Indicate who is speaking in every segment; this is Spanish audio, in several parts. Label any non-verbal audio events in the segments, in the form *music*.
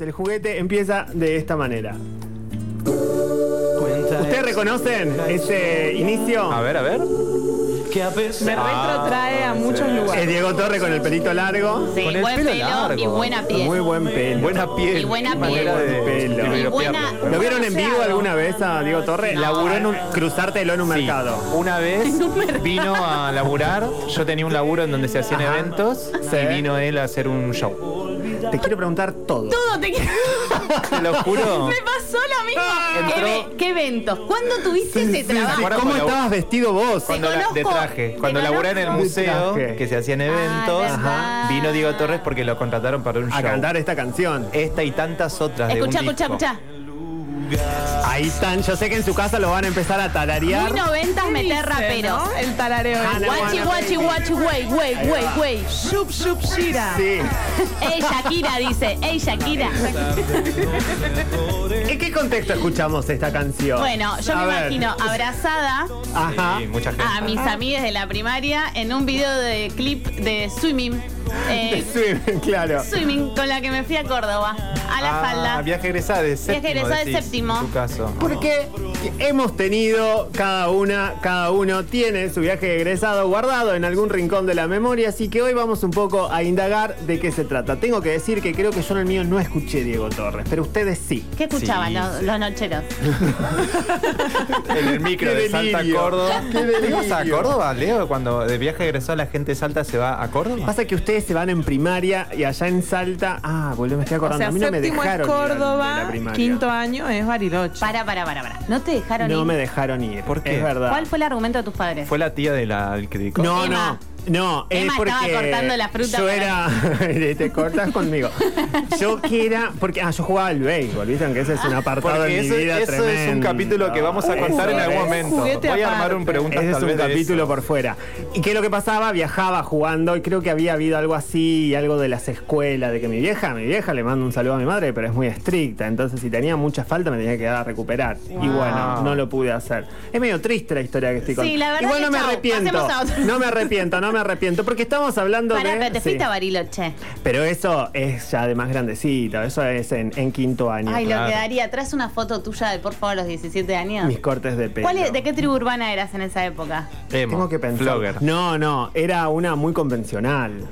Speaker 1: El juguete empieza de esta manera.
Speaker 2: Cuenta
Speaker 1: ¿Ustedes reconocen ese inicio?
Speaker 3: A ver, a ver.
Speaker 2: que a pesar
Speaker 4: Me
Speaker 1: Ah,
Speaker 4: retrotrae a muchos lugares.
Speaker 1: Es Diego Torre con el pelito largo.
Speaker 5: Sí,
Speaker 3: Con el
Speaker 5: buen
Speaker 3: pelo
Speaker 5: pelo,
Speaker 3: largo.
Speaker 5: y buena piel.
Speaker 1: Muy buen pelo.
Speaker 3: Buena piel.
Speaker 5: Y buena
Speaker 3: Qué
Speaker 5: piel.
Speaker 3: manera de-
Speaker 1: Pelo.
Speaker 3: de
Speaker 1: Y
Speaker 3: primeropearlo.
Speaker 5: buena-
Speaker 1: ¿Lo vieron en vivo
Speaker 5: Bronceado.
Speaker 1: alguna vez a Diego Torre?
Speaker 5: No.
Speaker 1: Laburó en un cruzártelo en un
Speaker 3: Sí.
Speaker 1: mercado.
Speaker 3: Una
Speaker 5: *laughs*
Speaker 3: vez vino a laburar. Yo tenía un laburo en donde se hacían
Speaker 1: Ajá.
Speaker 3: eventos
Speaker 1: Sí.
Speaker 3: y vino él a hacer un show.
Speaker 1: Te quiero preguntar todo.
Speaker 5: Todo te
Speaker 3: Te lo juro.
Speaker 5: *laughs* Me pasó lo mismo.
Speaker 3: Ah,
Speaker 5: ¿Qué,
Speaker 3: entró-
Speaker 5: ve- qué eventos? ¿Cuándo tuviste ese trabajo?
Speaker 3: Ahora
Speaker 1: ¿Cómo
Speaker 3: cuando-
Speaker 1: estabas vestido vos?
Speaker 3: Cuando
Speaker 5: Te
Speaker 3: la- de
Speaker 5: conozco,
Speaker 3: traje,
Speaker 5: te
Speaker 3: cuando laburé en el
Speaker 5: conozco.
Speaker 3: museo,
Speaker 1: De traje.
Speaker 3: que se hacían eventos,
Speaker 5: es verdad.
Speaker 3: vino Diego Torres porque lo contrataron para un
Speaker 1: A
Speaker 3: show.
Speaker 1: cantar esta canción.
Speaker 3: Esta y tantas otras
Speaker 5: Escucha,
Speaker 3: de un
Speaker 5: escucha,
Speaker 3: disco.
Speaker 5: escucha.
Speaker 1: Ahí están. Yo sé que en su casa lo van a empezar a tararear.
Speaker 5: Muy noventas meter raperos.
Speaker 4: ¿no? El tarareo.
Speaker 1: Ah, no.
Speaker 5: Guachi, guachi, guachi, güey, güey,
Speaker 1: Ahí
Speaker 5: güey,
Speaker 1: va.
Speaker 5: güey.
Speaker 4: Shup, shup, shira.
Speaker 1: Sí.
Speaker 5: Ey, Shakira, dice. Ey, Shakira.
Speaker 1: ¿En qué contexto escuchamos esta canción?
Speaker 5: Bueno, yo
Speaker 1: A
Speaker 5: me
Speaker 1: ver.
Speaker 5: imagino abrazada
Speaker 1: Ajá.
Speaker 3: Sí, mucha gente.
Speaker 5: a mis amigas de la primaria en un video de clip de swimming. Eh,
Speaker 1: Sí, *laughs* claro.
Speaker 5: swimming con la que me fui a Córdoba. A la
Speaker 3: Ah,
Speaker 5: falda.
Speaker 3: Viaje egresada de séptimo.
Speaker 5: egresada de
Speaker 3: decís,
Speaker 5: séptimo.
Speaker 3: En tu caso.
Speaker 1: Porque hemos tenido cada una, cada uno tiene su viaje egresado guardado en algún rincón de la memoria, así que hoy vamos un poco a indagar de qué se trata. Tengo que decir que creo que yo en el mío no escuché Diego Torres, pero ustedes sí.
Speaker 5: ¿Qué escuchaban
Speaker 3: Sí,
Speaker 5: los,
Speaker 3: sí.
Speaker 5: los nocheros?
Speaker 3: En el micro
Speaker 1: Qué
Speaker 3: de Salta a
Speaker 1: delirio.
Speaker 3: Córdoba.
Speaker 1: Qué delirio.
Speaker 3: ¿Ibas a Córdoba, Leo? Cuando de viaje egresado la gente de Salta se va a Córdoba.
Speaker 1: Pasa que ustedes se van en primaria y allá en Salta. Ah, boludo, me estoy
Speaker 4: O
Speaker 1: acordando.
Speaker 4: sea,
Speaker 1: a mí no me
Speaker 4: séptimo es
Speaker 1: dejaron ir al- de la
Speaker 4: Córdoba,
Speaker 1: primaria.
Speaker 4: quinto año es Bariloche.
Speaker 5: Para, para, para, para. ¿No te dejaron
Speaker 1: No
Speaker 5: ir?
Speaker 1: me dejaron ir.
Speaker 3: ¿Por qué?
Speaker 1: Es verdad.
Speaker 5: ¿Cuál fue el argumento de tus padres?
Speaker 3: Fue la tía de la, del que dedicó.
Speaker 1: No,
Speaker 5: Emma.
Speaker 1: no. No, es
Speaker 5: Emma
Speaker 1: porque
Speaker 5: estaba cortando la fruta
Speaker 1: yo
Speaker 5: para-
Speaker 1: era... *laughs* Te cortas
Speaker 5: *laughs*
Speaker 1: conmigo. Yo que era... Porque, ah, yo jugaba al béisbol, ¿viste? Que ese es un
Speaker 5: Ah.
Speaker 1: apartado
Speaker 3: Porque
Speaker 1: en mi
Speaker 3: eso,
Speaker 1: vida
Speaker 3: eso es un
Speaker 1: tremendo.
Speaker 3: capítulo que vamos a
Speaker 1: Eso
Speaker 3: contar en
Speaker 1: es.
Speaker 3: algún momento. Voy
Speaker 4: juguete
Speaker 3: a armar
Speaker 4: aparte.
Speaker 3: un preguntas
Speaker 1: Ese es
Speaker 3: tal
Speaker 1: un
Speaker 3: vez de
Speaker 1: capítulo
Speaker 3: eso.
Speaker 1: por fuera. ¿Y qué es lo que pasaba? Viajaba jugando y creo que había habido algo así, algo de las escuelas, de que mi vieja, mi vieja le mando un saludo a mi madre, pero es muy estricta. Entonces, si tenía mucha falta, me tenía que dar a recuperar. Y bueno, no lo pude hacer. Es medio triste la historia que estoy
Speaker 5: Sí,
Speaker 1: contando.
Speaker 5: la verdad
Speaker 1: Igual
Speaker 5: que
Speaker 1: no me
Speaker 5: chau,
Speaker 1: arrepiento.
Speaker 5: pasemos a otro.
Speaker 1: No me arrepiento, no me arrepiento. Porque estamos hablando
Speaker 5: Pará,
Speaker 1: de.
Speaker 5: pero te
Speaker 1: Sí.
Speaker 5: fuiste a Bariloche.
Speaker 1: Pero eso es ya de más grandecito. Eso es en, en quinto año.
Speaker 5: Ay, lo
Speaker 3: claro.
Speaker 5: que daría. Traes una foto tuya de por favor los 17 años.
Speaker 1: Mis cortes de pelo.
Speaker 5: ¿Cuál es- ¿De qué tribu urbana eras en esa época?
Speaker 3: Emo,
Speaker 1: Tengo que pensar.
Speaker 3: Flogger.
Speaker 1: No, no, era una muy convencional.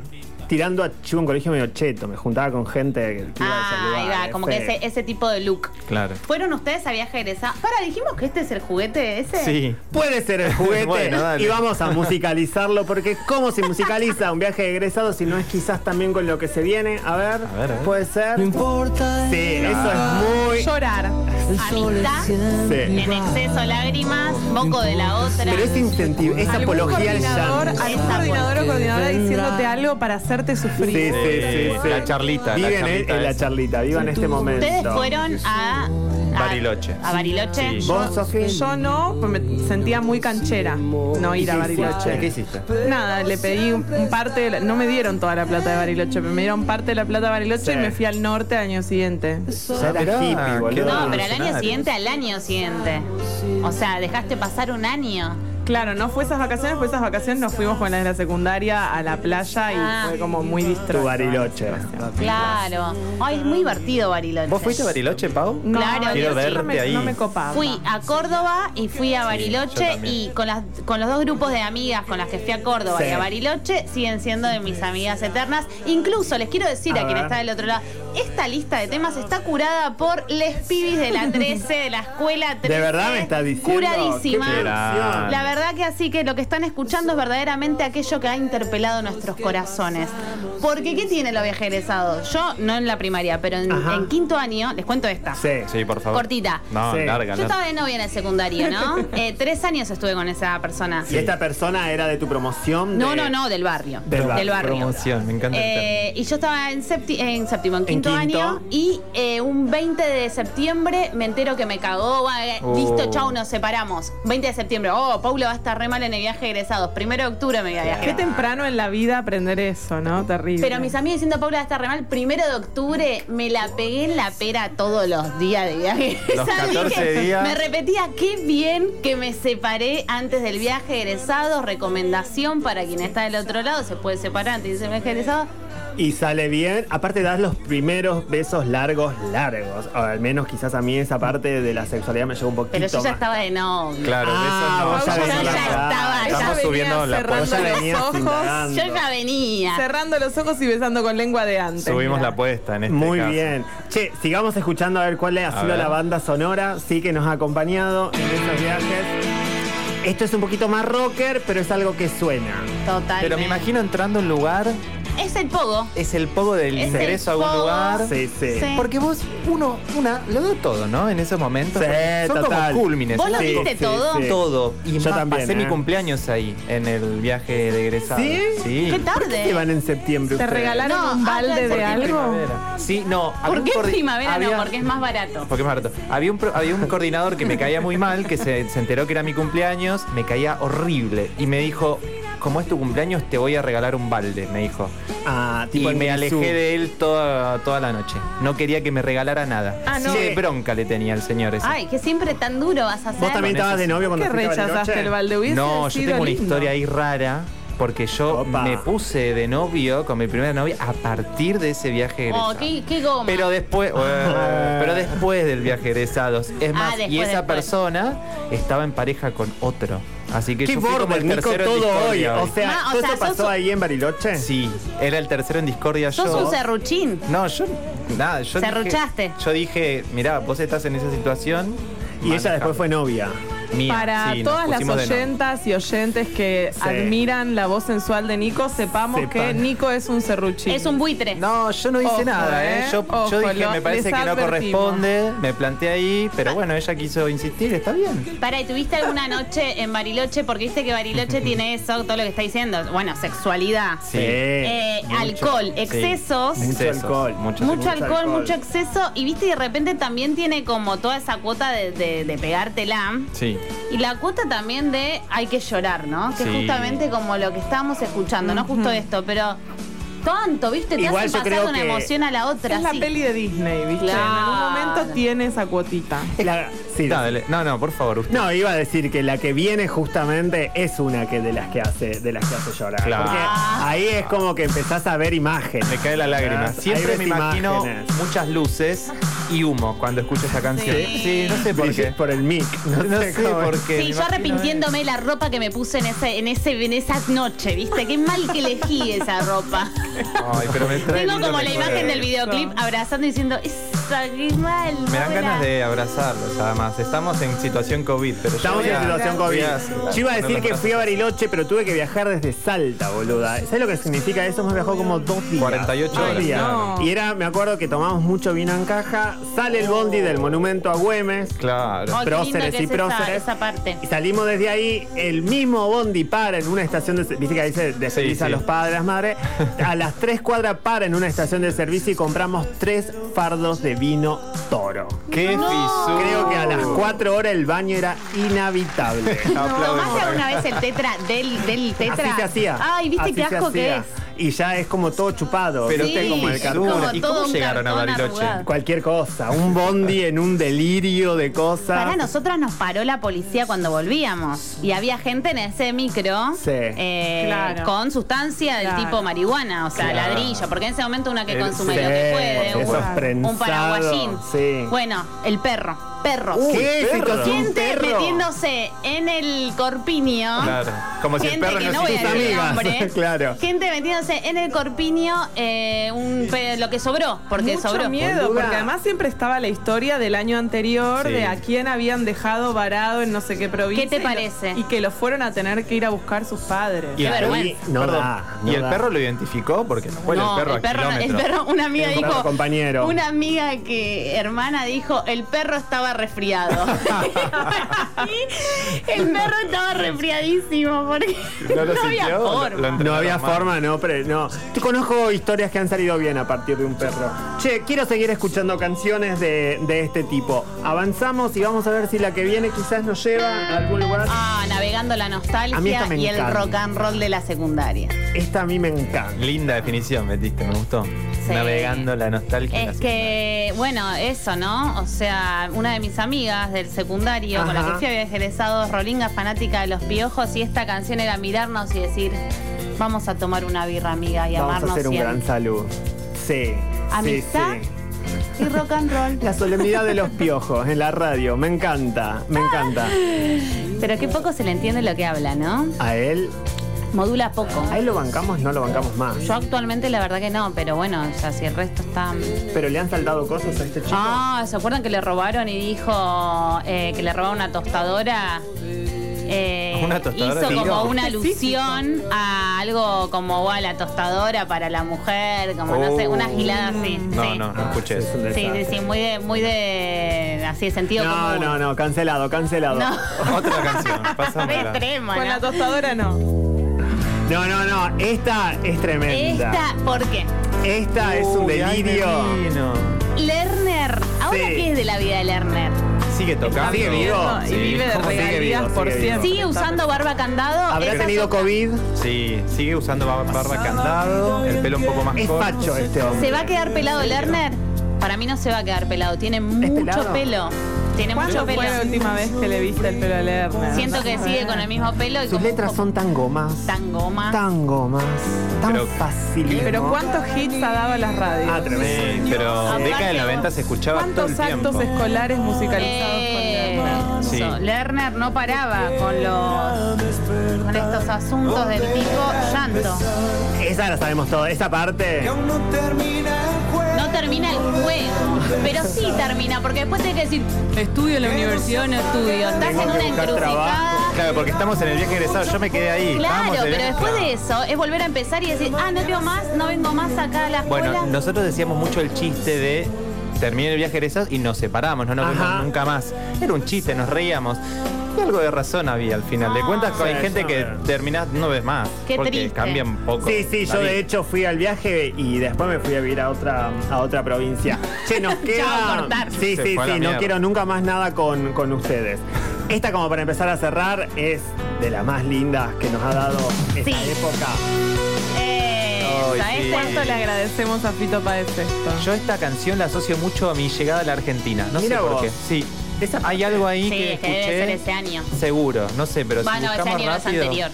Speaker 1: Tirando a chivo en colegio medio cheto, me juntaba con gente que te iba a
Speaker 5: Ah, ahí
Speaker 1: saludar,
Speaker 5: va, como que
Speaker 1: ese.
Speaker 5: ese,
Speaker 4: eh,
Speaker 5: ese tipo de look.
Speaker 3: Claro.
Speaker 5: ¿Fueron ustedes a viaje egresado? Para, dijimos que este es el juguete ese.
Speaker 3: Sí.
Speaker 1: Puede ser
Speaker 3: *laughs*
Speaker 1: el juguete
Speaker 3: Bueno, dale.
Speaker 1: y vamos a musicalizarlo porque ¿cómo se musicaliza un viaje de egresado si no es quizás también con lo que se viene? A ver,
Speaker 3: A ver, a ver.
Speaker 1: puede ser.
Speaker 2: No
Speaker 1: Sí,
Speaker 2: importa.
Speaker 1: eso es muy...
Speaker 4: Llorar.
Speaker 5: Amistad,
Speaker 1: Sí.
Speaker 5: en exceso lágrimas, moco de la otra.
Speaker 1: Pero es incentivo, es
Speaker 4: Algún
Speaker 1: apología al
Speaker 4: coordinador,
Speaker 1: llanto.
Speaker 4: algún
Speaker 5: Esa
Speaker 4: coordinador o coordinadora diciéndote algo para hacerte sufrir.
Speaker 1: Sí, sí, sí,
Speaker 3: Eh,
Speaker 1: sí.
Speaker 3: La charlita. la
Speaker 1: Viven en,
Speaker 3: charlita
Speaker 1: en la
Speaker 3: esa.
Speaker 1: charlita, vivan este momento.
Speaker 5: Ustedes fueron a, a-
Speaker 3: Bariloche.
Speaker 5: A Bariloche.
Speaker 3: Sí.
Speaker 1: ¿Vos, Sofi?
Speaker 4: Yo no, pues me sentía muy canchera no ir a Bariloche.
Speaker 3: ¿Qué hiciste?
Speaker 4: Nada, le pedí un un parte, de la- no me dieron toda la plata de Bariloche, pero me dieron parte de la plata de Bariloche
Speaker 1: Sí.
Speaker 4: y me fui al norte al año siguiente.
Speaker 1: Ya era
Speaker 3: Mirá,
Speaker 1: hippie, boludo.
Speaker 3: qué
Speaker 5: No, pero al año
Speaker 3: Revolucionarios.
Speaker 5: siguiente, al año siguiente. O sea, dejaste pasar un año.
Speaker 4: Claro, no fue esas vacaciones, fue esas vacaciones, nos fuimos con las de la secundaria a la playa y
Speaker 5: Ah.
Speaker 4: fue como muy distinto.
Speaker 1: Tu Bariloche.
Speaker 5: Claro. Ay, es muy divertido Bariloche.
Speaker 3: ¿Vos fuiste a Bariloche, Pau?
Speaker 4: No,
Speaker 5: Claro,
Speaker 4: Dios,
Speaker 5: quiero
Speaker 4: no
Speaker 3: verte
Speaker 4: me,
Speaker 3: ahí.
Speaker 4: no me copaba.
Speaker 5: Fui
Speaker 1: Ah,
Speaker 5: a Córdoba y fui a
Speaker 3: yo
Speaker 5: Bariloche
Speaker 3: también.
Speaker 5: y con, las, con los dos grupos de amigas con las que fui a Córdoba
Speaker 1: Sí.
Speaker 5: y a Bariloche siguen siendo de mis amigas eternas. Incluso les quiero decir
Speaker 1: A
Speaker 5: a, quien
Speaker 1: ver.
Speaker 5: está del otro lado, esta lista de temas está curada por les pibis
Speaker 1: *laughs*
Speaker 5: de la 13, de la escuela 13.
Speaker 1: ¿De verdad me estás diciendo?
Speaker 5: Curadísima.
Speaker 1: Qué producción.
Speaker 5: La verdad que así que lo que están escuchando es verdaderamente aquello que ha interpelado nuestros corazones. Porque ¿qué tiene los viajes egresados? Yo no en la primaria, pero en,
Speaker 1: Ajá.
Speaker 5: en quinto año, les cuento esta.
Speaker 1: Sí.
Speaker 3: Sí, por favor.
Speaker 5: Cortita.
Speaker 3: No,
Speaker 1: Sí.
Speaker 3: larga.
Speaker 5: Yo
Speaker 3: no.
Speaker 5: estaba de novia en el
Speaker 1: *laughs*
Speaker 5: secundario, ¿no? Eh, tres años estuve con esa persona.
Speaker 1: ¿Y esta persona era de tu promoción?
Speaker 5: No,
Speaker 1: de-
Speaker 5: no, no, del barrio.
Speaker 1: Del barrio.
Speaker 3: Promoción, me encanta. el término.
Speaker 5: Eh, y yo estaba en, septi- en séptimo, en quinto,
Speaker 1: quinto.
Speaker 5: año. Y eh, un 20 de septiembre me entero que me cagó. va, eh,
Speaker 3: Oh.
Speaker 5: Listo, chau, nos separamos. 20 de septiembre. Oh, Paulo va a estar re mal en el viaje de egresados. Primero de octubre me voy a
Speaker 4: Qué
Speaker 5: viajar.
Speaker 4: temprano en la vida aprender eso, ¿no? Terrible.
Speaker 5: Pero mis amigos diciendo Paula va a estar re mal. Primero de octubre me la pegué en la pera todos los días de viaje. *laughs*
Speaker 3: Los
Speaker 5: egresado.
Speaker 3: 14
Speaker 5: Dije,
Speaker 3: días.
Speaker 5: Me repetía, qué bien que me separé antes del viaje egresado. Recomendación para quien está del otro lado, se puede separar antes del viaje egresado.
Speaker 1: y sale bien. Aparte das los primeros besos largos, largos. O al menos quizás a mí esa parte de la sexualidad me llevó un poquito
Speaker 5: Pero yo ya
Speaker 1: más.
Speaker 5: estaba de novio.
Speaker 3: Claro,
Speaker 1: Ah,
Speaker 3: de
Speaker 1: vos
Speaker 3: eso
Speaker 1: ya
Speaker 3: no.
Speaker 1: venía.
Speaker 3: no, no, no.
Speaker 1: Ya estaba, ya
Speaker 3: Estamos
Speaker 4: venía
Speaker 3: subiendo la
Speaker 4: cerrando.
Speaker 1: Vos ya
Speaker 3: apuesta.
Speaker 4: los
Speaker 1: venías
Speaker 4: ojos.
Speaker 5: Yo
Speaker 1: indagando.
Speaker 5: ya venía.
Speaker 4: Cerrando los ojos y besando con lengua de antes.
Speaker 3: Subimos
Speaker 4: mirá.
Speaker 3: la apuesta en este
Speaker 1: Muy
Speaker 3: caso.
Speaker 1: bien. Che, sigamos escuchando a ver cuál ha
Speaker 3: A
Speaker 1: sido
Speaker 3: ver.
Speaker 1: la banda sonora. Sí que nos ha acompañado en estos viajes. Esto es un poquito más rocker, pero es algo que suena.
Speaker 5: Total.
Speaker 3: Pero me imagino entrando a un lugar,
Speaker 5: Es el pogo.
Speaker 3: es el poco del
Speaker 5: Es el
Speaker 3: ingreso a
Speaker 5: pogo.
Speaker 3: algún lugar.
Speaker 1: Sí, sí.
Speaker 5: Sí.
Speaker 3: Porque vos, uno, una, lo dio todo, ¿no? En esos momentos.
Speaker 1: Sí,
Speaker 3: Son
Speaker 1: total.
Speaker 3: como culmines.
Speaker 5: ¿Vos lo
Speaker 3: Sí.
Speaker 5: viste todo?
Speaker 3: todo. Y
Speaker 1: Yo
Speaker 3: más,
Speaker 1: también,
Speaker 3: pasé
Speaker 1: ¿eh?
Speaker 3: mi cumpleaños ahí, en el viaje de egresado.
Speaker 1: ¿Sí?
Speaker 3: Sí.
Speaker 5: ¿Qué
Speaker 1: ¿Por qué
Speaker 5: tarde?
Speaker 1: se van en septiembre
Speaker 4: ¿Te
Speaker 1: ustedes?
Speaker 4: regalaron
Speaker 5: No,
Speaker 4: un balde
Speaker 5: hablan
Speaker 4: de
Speaker 5: porque
Speaker 3: en
Speaker 4: algo?
Speaker 3: primavera. Sí, no. había
Speaker 5: ¿Por
Speaker 3: un
Speaker 5: qué en
Speaker 3: coordi-
Speaker 5: primavera
Speaker 3: había-
Speaker 5: no? Porque es más barato.
Speaker 3: Porque es barato. Había un, pro- había un coordinador que me caía muy mal, que se, se enteró que era mi cumpleaños, me caía horrible. Y me dijo, como es tu cumpleaños, te voy a regalar un balde, me dijo.
Speaker 1: Ah,
Speaker 3: Y
Speaker 1: tipo el
Speaker 3: me
Speaker 1: Minisú.
Speaker 3: alejé de él toda, toda la noche. No quería que me regalara nada.
Speaker 4: Ah, no.
Speaker 3: Sí, de bronca le tenía el señor ese.
Speaker 5: Ay, que siempre tan duro vas a hacer.
Speaker 1: ¿Vos también
Speaker 3: Con
Speaker 1: estabas de
Speaker 3: esas-
Speaker 1: novio cuando
Speaker 4: ¿Qué
Speaker 1: fuiste a Bariloche?
Speaker 4: rechazaste el balde? Hubiese
Speaker 3: no, yo
Speaker 4: sido
Speaker 3: tengo una
Speaker 4: lindo.
Speaker 3: historia ahí rara. Porque yo
Speaker 1: Opa.
Speaker 3: me puse de novio con mi primera novia a partir de ese viaje egresado.
Speaker 5: Oh, qué, qué goma.
Speaker 1: *laughs*
Speaker 3: Pero después, pero después del viaje egresados. Es más, y
Speaker 5: Ah, después,
Speaker 3: esa
Speaker 5: después.
Speaker 3: persona estaba en pareja con otro. Así que
Speaker 1: Qué
Speaker 3: yo fui como
Speaker 1: border,
Speaker 3: el
Speaker 1: Nico,
Speaker 3: tercero en
Speaker 1: todo hoy.
Speaker 3: discordia
Speaker 1: O
Speaker 3: hoy.
Speaker 1: sea,
Speaker 5: Ma, o
Speaker 1: ¿todo
Speaker 5: sea,
Speaker 1: eso pasó
Speaker 5: sos-
Speaker 1: ahí en Bariloche?
Speaker 3: Sí, era el tercero en discordia
Speaker 5: Sos
Speaker 3: yo.
Speaker 5: un serruchín.
Speaker 3: no, yo nada, yo dije-
Speaker 5: Serruchaste.
Speaker 3: yo dije, mirá, vos estás en esa situación.
Speaker 1: Y ella después fue novia.
Speaker 3: mía.
Speaker 4: Para
Speaker 3: Sí, nos
Speaker 4: todas las
Speaker 3: pusimos de novio.
Speaker 4: oyentas y oyentes que
Speaker 1: Sí.
Speaker 4: admiran la voz sensual de Nico, sepamos
Speaker 1: Sepan.
Speaker 4: que Nico es un serruchín.
Speaker 5: Es un buitre.
Speaker 3: No, yo no hice
Speaker 4: Ojo,
Speaker 3: nada, ¿eh?
Speaker 4: ¿eh?
Speaker 3: Yo,
Speaker 4: Ojo,
Speaker 3: yo dije,
Speaker 4: lo-
Speaker 3: me parece
Speaker 4: les
Speaker 3: que no
Speaker 4: advertimos.
Speaker 3: corresponde, me planteé ahí, pero bueno, ella quiso insistir, está bien.
Speaker 5: Para, ¿y tuviste alguna noche en Bariloche? Porque viste
Speaker 3: *laughs*
Speaker 5: que Bariloche tiene eso, todo lo que está diciendo. Bueno, sexualidad.
Speaker 3: Sí.
Speaker 5: Eh,
Speaker 3: Mucho.
Speaker 5: alcohol,
Speaker 3: Sí.
Speaker 5: excesos.
Speaker 1: Mucho alcohol.
Speaker 3: mucho
Speaker 5: Mucho
Speaker 1: mucho
Speaker 5: alcohol,
Speaker 1: alcohol.
Speaker 5: mucho exceso. Y viste, y de repente también tiene como toda esa cuota de, de, de pegártela.
Speaker 3: Sí.
Speaker 5: Y la cuota también de hay que llorar, ¿no? Que es
Speaker 3: Sí.
Speaker 5: justamente como lo que estábamos escuchando, no justo esto, pero tanto, ¿viste? Te
Speaker 1: Igual
Speaker 5: hacen
Speaker 1: yo
Speaker 5: pasar
Speaker 1: creo
Speaker 5: una
Speaker 1: que
Speaker 5: emoción a la otra.
Speaker 4: es la
Speaker 5: sí.
Speaker 4: peli de Disney, ¿viste? En algún
Speaker 5: Claro.
Speaker 4: momento tiene esa cuotita.
Speaker 1: La- sí,
Speaker 3: No, dale. no, no, por favor, usted.
Speaker 1: No, iba a decir que la que viene justamente es una que de las que hace, de las que hace llorar.
Speaker 3: Claro.
Speaker 1: Porque ahí es como que empezás a ver imágenes.
Speaker 3: Me cae la lágrima.
Speaker 1: ¿verdad?
Speaker 3: Siempre
Speaker 1: Ahí
Speaker 3: me
Speaker 1: ves
Speaker 3: imagino
Speaker 1: imágenes.
Speaker 3: muchas luces y humo cuando escucho esa canción.
Speaker 5: Sí.
Speaker 3: no sé por
Speaker 1: Brillé
Speaker 3: qué.
Speaker 1: Por el mic. No,
Speaker 3: *laughs* No
Speaker 1: sé
Speaker 3: sé
Speaker 1: cómo
Speaker 3: por
Speaker 1: es.
Speaker 3: qué. me
Speaker 5: Sí, yo
Speaker 3: imagino
Speaker 5: arrepintiéndome la ropa que me puse en ese, en ese, en esa noche, ¿viste? Qué mal que elegí
Speaker 1: *laughs*
Speaker 5: esa ropa.
Speaker 3: eso. Ay, pero me trae
Speaker 5: Tengo
Speaker 3: lindo
Speaker 5: como la
Speaker 3: recuerdo.
Speaker 5: imagen del videoclip abrazando y diciendo, esa qué mal.
Speaker 3: Me dan
Speaker 5: no Oh,
Speaker 3: ganas
Speaker 5: era".
Speaker 3: de abrazarlos, además. Estamos en situación COVID, pero yo
Speaker 1: Estamos
Speaker 3: voy
Speaker 1: en
Speaker 3: a-
Speaker 1: situación
Speaker 3: voy a-
Speaker 1: COVID. Yo iba a decir
Speaker 3: poner
Speaker 1: que
Speaker 3: los
Speaker 1: fui a
Speaker 3: brazos.
Speaker 1: Bariloche, pero tuve que viajar desde Salta, boluda. ¿Sabes lo que significa eso? Hemos viajado como dos días.
Speaker 3: 48
Speaker 1: Dos
Speaker 3: horas,
Speaker 1: días.
Speaker 4: claro.
Speaker 1: Y era, me acuerdo que tomamos mucho vino en caja, sale el bondi del monumento a Güemes.
Speaker 3: Claro.
Speaker 5: Ay, qué lindo
Speaker 1: próceres
Speaker 5: que
Speaker 1: y
Speaker 5: es
Speaker 1: próceres.
Speaker 5: Esa, esa parte.
Speaker 1: Y salimos desde ahí, el mismo bondi para en una estación de servicio, que ahí se desliza
Speaker 3: sí.
Speaker 1: los padres, las madres. A las tres cuadras para en una estación de servicio y compramos tres fardos de vino toro.
Speaker 3: Qué fisura.
Speaker 1: Creo que a
Speaker 3: Uh.
Speaker 1: las cuatro horas el baño era inhabitable.
Speaker 5: ¿Tomaste alguna vez el tetra del, del tetra?
Speaker 1: Así se hacía.
Speaker 5: Ay, viste
Speaker 1: Así
Speaker 5: qué
Speaker 1: se
Speaker 5: asco que
Speaker 1: hacía.
Speaker 5: es.
Speaker 1: Y ya es como todo chupado.
Speaker 3: Pero
Speaker 5: Sí,
Speaker 3: usted como el
Speaker 5: es
Speaker 3: cartón.
Speaker 5: como
Speaker 3: ¿Y
Speaker 5: todo
Speaker 3: cómo
Speaker 5: un
Speaker 3: llegaron a
Speaker 5: cartón
Speaker 3: Bariloche?
Speaker 5: arrugado.
Speaker 1: Cualquier cosa, un bondi en un delirio de
Speaker 5: Para
Speaker 1: cosas.
Speaker 5: nosotras nos paró la policía cuando volvíamos. Y había gente en ese micro
Speaker 1: Sí.
Speaker 5: eh,
Speaker 4: Claro.
Speaker 5: con sustancia del
Speaker 4: Claro.
Speaker 5: tipo marihuana, o sea,
Speaker 3: Claro.
Speaker 5: ladrillo. Porque en ese momento una que
Speaker 3: El-
Speaker 5: consume
Speaker 1: Sí,
Speaker 5: lo que puede,
Speaker 1: esos
Speaker 5: un- un,
Speaker 1: prensados,
Speaker 5: paraguayín.
Speaker 1: Sí.
Speaker 5: Bueno, el perro. Perro.
Speaker 1: Uy, ¿Qué
Speaker 3: perro.
Speaker 1: situación,
Speaker 5: Gente
Speaker 1: perro?
Speaker 5: metiéndose en el corpiño.
Speaker 3: Claro. Como si Pues el
Speaker 5: Gente
Speaker 3: perro
Speaker 5: que
Speaker 3: no
Speaker 5: no voy a
Speaker 3: existiera.
Speaker 5: decir el
Speaker 1: Amigas,
Speaker 3: *laughs*
Speaker 5: nombre.
Speaker 1: claro.
Speaker 5: Gente metiéndose en el corpiño eh, un pe- lo que sobró, porque
Speaker 4: Mucho
Speaker 5: sobró.
Speaker 4: miedo,
Speaker 1: Boluda.
Speaker 4: porque además siempre estaba la historia del año anterior
Speaker 3: Sí.
Speaker 4: de a quién habían dejado varado en no sé qué provincia.
Speaker 5: ¿Qué te
Speaker 4: y lo-
Speaker 5: parece?
Speaker 4: Y, que lo fueron a tener que ir a buscar sus padres.
Speaker 3: Y
Speaker 5: Qué
Speaker 3: el-
Speaker 5: vergüenza.
Speaker 1: No
Speaker 3: Perdón.
Speaker 1: da, no
Speaker 3: ¿Y el
Speaker 1: da.
Speaker 3: perro lo identificó? Porque no huele
Speaker 5: No,
Speaker 3: el perro a
Speaker 5: el
Speaker 3: kilómetros.
Speaker 5: perro, una amiga
Speaker 1: Un
Speaker 5: dijo,
Speaker 1: perro compañero.
Speaker 5: una amiga que hermana dijo, el perro estaba resfriado.
Speaker 1: *laughs*
Speaker 5: Sí, el perro estaba resfriadísimo porque
Speaker 3: ¿No lo
Speaker 5: *laughs* no había
Speaker 3: sintió? Lo-
Speaker 5: forma.
Speaker 3: lo ent-
Speaker 1: No había
Speaker 3: Normal.
Speaker 1: forma, no, pero no. Te conozco historias que han salido bien a partir de un perro. Che, quiero seguir escuchando canciones de, de este tipo. Avanzamos y vamos a ver si la que viene quizás nos lleva a algún lugar.
Speaker 5: Ah, navegando la
Speaker 1: A mí esta
Speaker 5: nostalgia
Speaker 1: me
Speaker 5: y el
Speaker 1: encanta.
Speaker 5: rock and roll de la secundaria.
Speaker 1: Esta a mí me encanta.
Speaker 3: Linda definición metiste, me gustó. Navegando la nostalgia. y la
Speaker 5: Es que, bueno, eso, ¿no? O sea, una de mis amigas del secundario con la
Speaker 1: Ajá.
Speaker 5: que fui había egresado es Rolinga, fanática de los piojos, y esta canción era mirarnos y decir, Vamos a tomar una birra, amiga, y
Speaker 1: Vamos a
Speaker 5: amarnos
Speaker 1: hacer un
Speaker 5: siempre.
Speaker 1: gran saludo. Sí.
Speaker 5: Amistad.
Speaker 1: Sí, sí.
Speaker 5: Y rock and roll.
Speaker 1: La solemnidad de los piojos en la radio. Me encanta, me encanta.
Speaker 5: Pero qué poco se le entiende lo que habla, ¿no?
Speaker 1: A él,
Speaker 5: Modula poco.
Speaker 1: a él lo bancamos, no lo bancamos más.
Speaker 5: Yo actualmente la verdad que no, pero bueno, o sea, si el resto está...
Speaker 1: Pero le han saltado cosas a este chico.
Speaker 5: Ah, ¿se acuerdan que le robaron y dijo eh, que le robaron una tostadora? Eh,
Speaker 3: ¿Una tostadora?
Speaker 5: hizo
Speaker 3: Sí,
Speaker 5: como
Speaker 3: no.
Speaker 5: una
Speaker 4: Específico.
Speaker 5: alusión a algo como "Buah, la tostadora para la mujer, como no sé, una gilada así.
Speaker 3: Oh. Mm. No,
Speaker 5: sí.
Speaker 3: no, no escuché
Speaker 1: Ah, es
Speaker 3: eso.
Speaker 1: un
Speaker 5: Sí,
Speaker 1: desastre.
Speaker 5: sí, sí, muy de, muy de así de sentido
Speaker 1: No,
Speaker 5: común.
Speaker 1: no, no, cancelado, cancelado.
Speaker 5: No.
Speaker 3: Otra
Speaker 5: *laughs*
Speaker 3: canción,
Speaker 5: Re
Speaker 3: pásamela.
Speaker 5: extremo,
Speaker 4: Con la
Speaker 5: ¿no?
Speaker 4: tostadora no.
Speaker 1: No, no, no, esta es tremenda.
Speaker 5: Esta, ¿por qué?
Speaker 1: Esta es un
Speaker 3: Uy, ay,
Speaker 1: delirio.
Speaker 3: Merino.
Speaker 5: Lerner, ¿ahora
Speaker 1: Sí.
Speaker 5: qué es de la vida de Lerner?
Speaker 3: Sigue tocando.
Speaker 1: Sigue vivo.
Speaker 4: No, y
Speaker 3: Sí,
Speaker 4: vive de
Speaker 1: ¿cómo sigue
Speaker 4: regalías
Speaker 1: vivo?
Speaker 4: por
Speaker 1: Sigue vivo.
Speaker 4: siempre.
Speaker 5: ¿Sigue usando barba candado?
Speaker 1: ¿Habrá
Speaker 5: Esa
Speaker 1: tenido
Speaker 5: es
Speaker 1: COVID?
Speaker 3: Sí, sigue usando barba, barba candado, el pelo un poco más
Speaker 1: Es
Speaker 3: corto.
Speaker 1: facho este
Speaker 5: otra.
Speaker 1: hombre.
Speaker 5: ¿Se va a quedar pelado Lerner? Para mí no se va a quedar pelado, tiene mucho
Speaker 1: pelado?
Speaker 5: pelo. Tiene mucho
Speaker 4: ¿Cuándo
Speaker 5: pelo.
Speaker 4: fue la última vez que le viste el pelo a Lerner?
Speaker 5: Siento que sigue con el mismo pelo y
Speaker 1: Sus
Speaker 5: como
Speaker 1: letras son tan gomas.
Speaker 5: tan goma.
Speaker 1: Tan gomas. Tan
Speaker 3: Pero-
Speaker 1: fáciles.
Speaker 4: Pero ¿cuántos hits ha dado a las radios?
Speaker 1: Ah, tremendo.
Speaker 3: Sí, pero década del 90 se escuchaba todo el
Speaker 4: ¿Cuántos
Speaker 3: tiempo.
Speaker 4: actos escolares musicalizados
Speaker 5: Eh,
Speaker 4: con Lerner?
Speaker 5: eso.
Speaker 3: Sí.
Speaker 5: Lerner no paraba con los con estos asuntos del tipo llanto.
Speaker 1: Esa la sabemos todo. Esa parte.
Speaker 5: No termina el juego, pero sí termina, porque después tenés que decir, estudio en la universidad, no estudio, estás
Speaker 1: Tengo
Speaker 5: en
Speaker 1: que
Speaker 5: una
Speaker 1: buscar
Speaker 5: encrucijada.
Speaker 1: trabajo.
Speaker 3: Claro, porque estamos en el viaje egresado, yo me quedé ahí.
Speaker 5: Claro,
Speaker 3: Vamos, el
Speaker 5: pero
Speaker 3: viaje-
Speaker 5: después de eso es volver a empezar y decir, ah, no quiero más, no vengo más acá a la escuela.
Speaker 3: Bueno, nosotros decíamos mucho el chiste de terminé el viaje egresado y nos separamos, no nos
Speaker 1: Ajá.
Speaker 3: vimos nunca más. Era un chiste, nos reíamos. Y algo de razón había al final. De cuentas,
Speaker 1: Sí,
Speaker 3: hay gente
Speaker 1: yo
Speaker 3: que
Speaker 1: no.
Speaker 3: terminás no ves más.
Speaker 5: Qué
Speaker 3: porque
Speaker 5: triste.
Speaker 3: cambian un poco.
Speaker 1: Sí, sí, yo
Speaker 3: David.
Speaker 1: de hecho fui al viaje y después me fui a vivir a otra, a otra provincia. Che,
Speaker 5: *laughs*
Speaker 1: nos
Speaker 5: Chao,
Speaker 1: queda.
Speaker 5: cortar.
Speaker 1: Sí,
Speaker 3: Se
Speaker 1: sí,
Speaker 3: fue a la
Speaker 1: sí, no
Speaker 3: mierda.
Speaker 1: quiero nunca más nada con, con ustedes. Esta, como para empezar a cerrar, es de las más lindas que nos ha dado esta
Speaker 5: Sí.
Speaker 1: época.
Speaker 5: Eso, ¿eh?
Speaker 3: Ay,
Speaker 5: ese-
Speaker 3: sí.
Speaker 4: ¿Cuánto le agradecemos a Fito Páez esto?
Speaker 3: Yo esta canción la asocio mucho a mi llegada a la Argentina. No
Speaker 1: Mira
Speaker 3: sé por
Speaker 1: vos.
Speaker 3: qué. Sí.
Speaker 1: Esa-
Speaker 3: Hay algo ahí
Speaker 5: Sí,
Speaker 3: que
Speaker 5: es que debe
Speaker 3: escuché.
Speaker 5: ser ese año.
Speaker 3: Seguro, no sé, pero si
Speaker 5: Bueno, ese
Speaker 3: buscamos
Speaker 5: año no es
Speaker 3: rápido-
Speaker 5: anterior.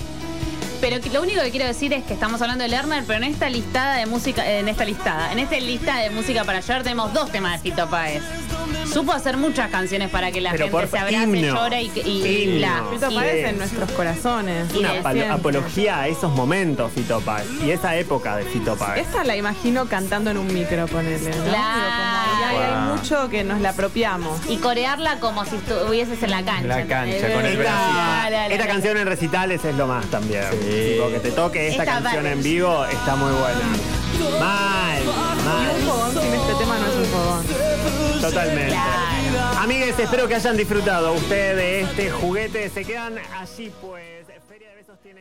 Speaker 5: Pero que- lo único que quiero decir es que estamos hablando de Lerner, pero en esta listada de música, eh, en esta listada, en esta lista de música para llorar tenemos dos temas de Fito Páez. Supo hacer muchas canciones para que la
Speaker 1: Pero
Speaker 5: gente
Speaker 1: por
Speaker 5: se
Speaker 1: fa-
Speaker 5: abrace,
Speaker 1: himno.
Speaker 5: llora y, y-
Speaker 1: Himno.
Speaker 5: la.
Speaker 4: Fito
Speaker 5: y-
Speaker 4: Páez en nuestros corazones.
Speaker 5: Y
Speaker 1: Una
Speaker 5: de
Speaker 1: palo-
Speaker 4: siempre.
Speaker 1: apología a esos momentos, Fito Páez, Y esa época de Fito Páez.
Speaker 4: Esa la imagino cantando en un micro, ponele. ¿no? Digo,
Speaker 5: Claro.
Speaker 4: como ahí hay, hay
Speaker 3: Wow.
Speaker 4: mucho que nos la apropiamos.
Speaker 5: y corearla como si estuvieses en la cancha.
Speaker 3: La cancha, con el
Speaker 5: Eh,
Speaker 3: bracito.
Speaker 5: la, la, la,
Speaker 1: Esta
Speaker 5: la.
Speaker 1: canción en recitales es lo más también.
Speaker 3: Sí.
Speaker 1: Tipo, que te toque esta,
Speaker 5: Esta
Speaker 1: canción
Speaker 5: parte.
Speaker 1: en vivo está muy buena. Mal, mal.
Speaker 4: Un fogón sin este tema no es un fogón.
Speaker 1: Totalmente.
Speaker 5: Claro.
Speaker 1: Amigues, espero que hayan disfrutado ustedes de este juguete. Se quedan allí, pues. Feria de Besos tiene.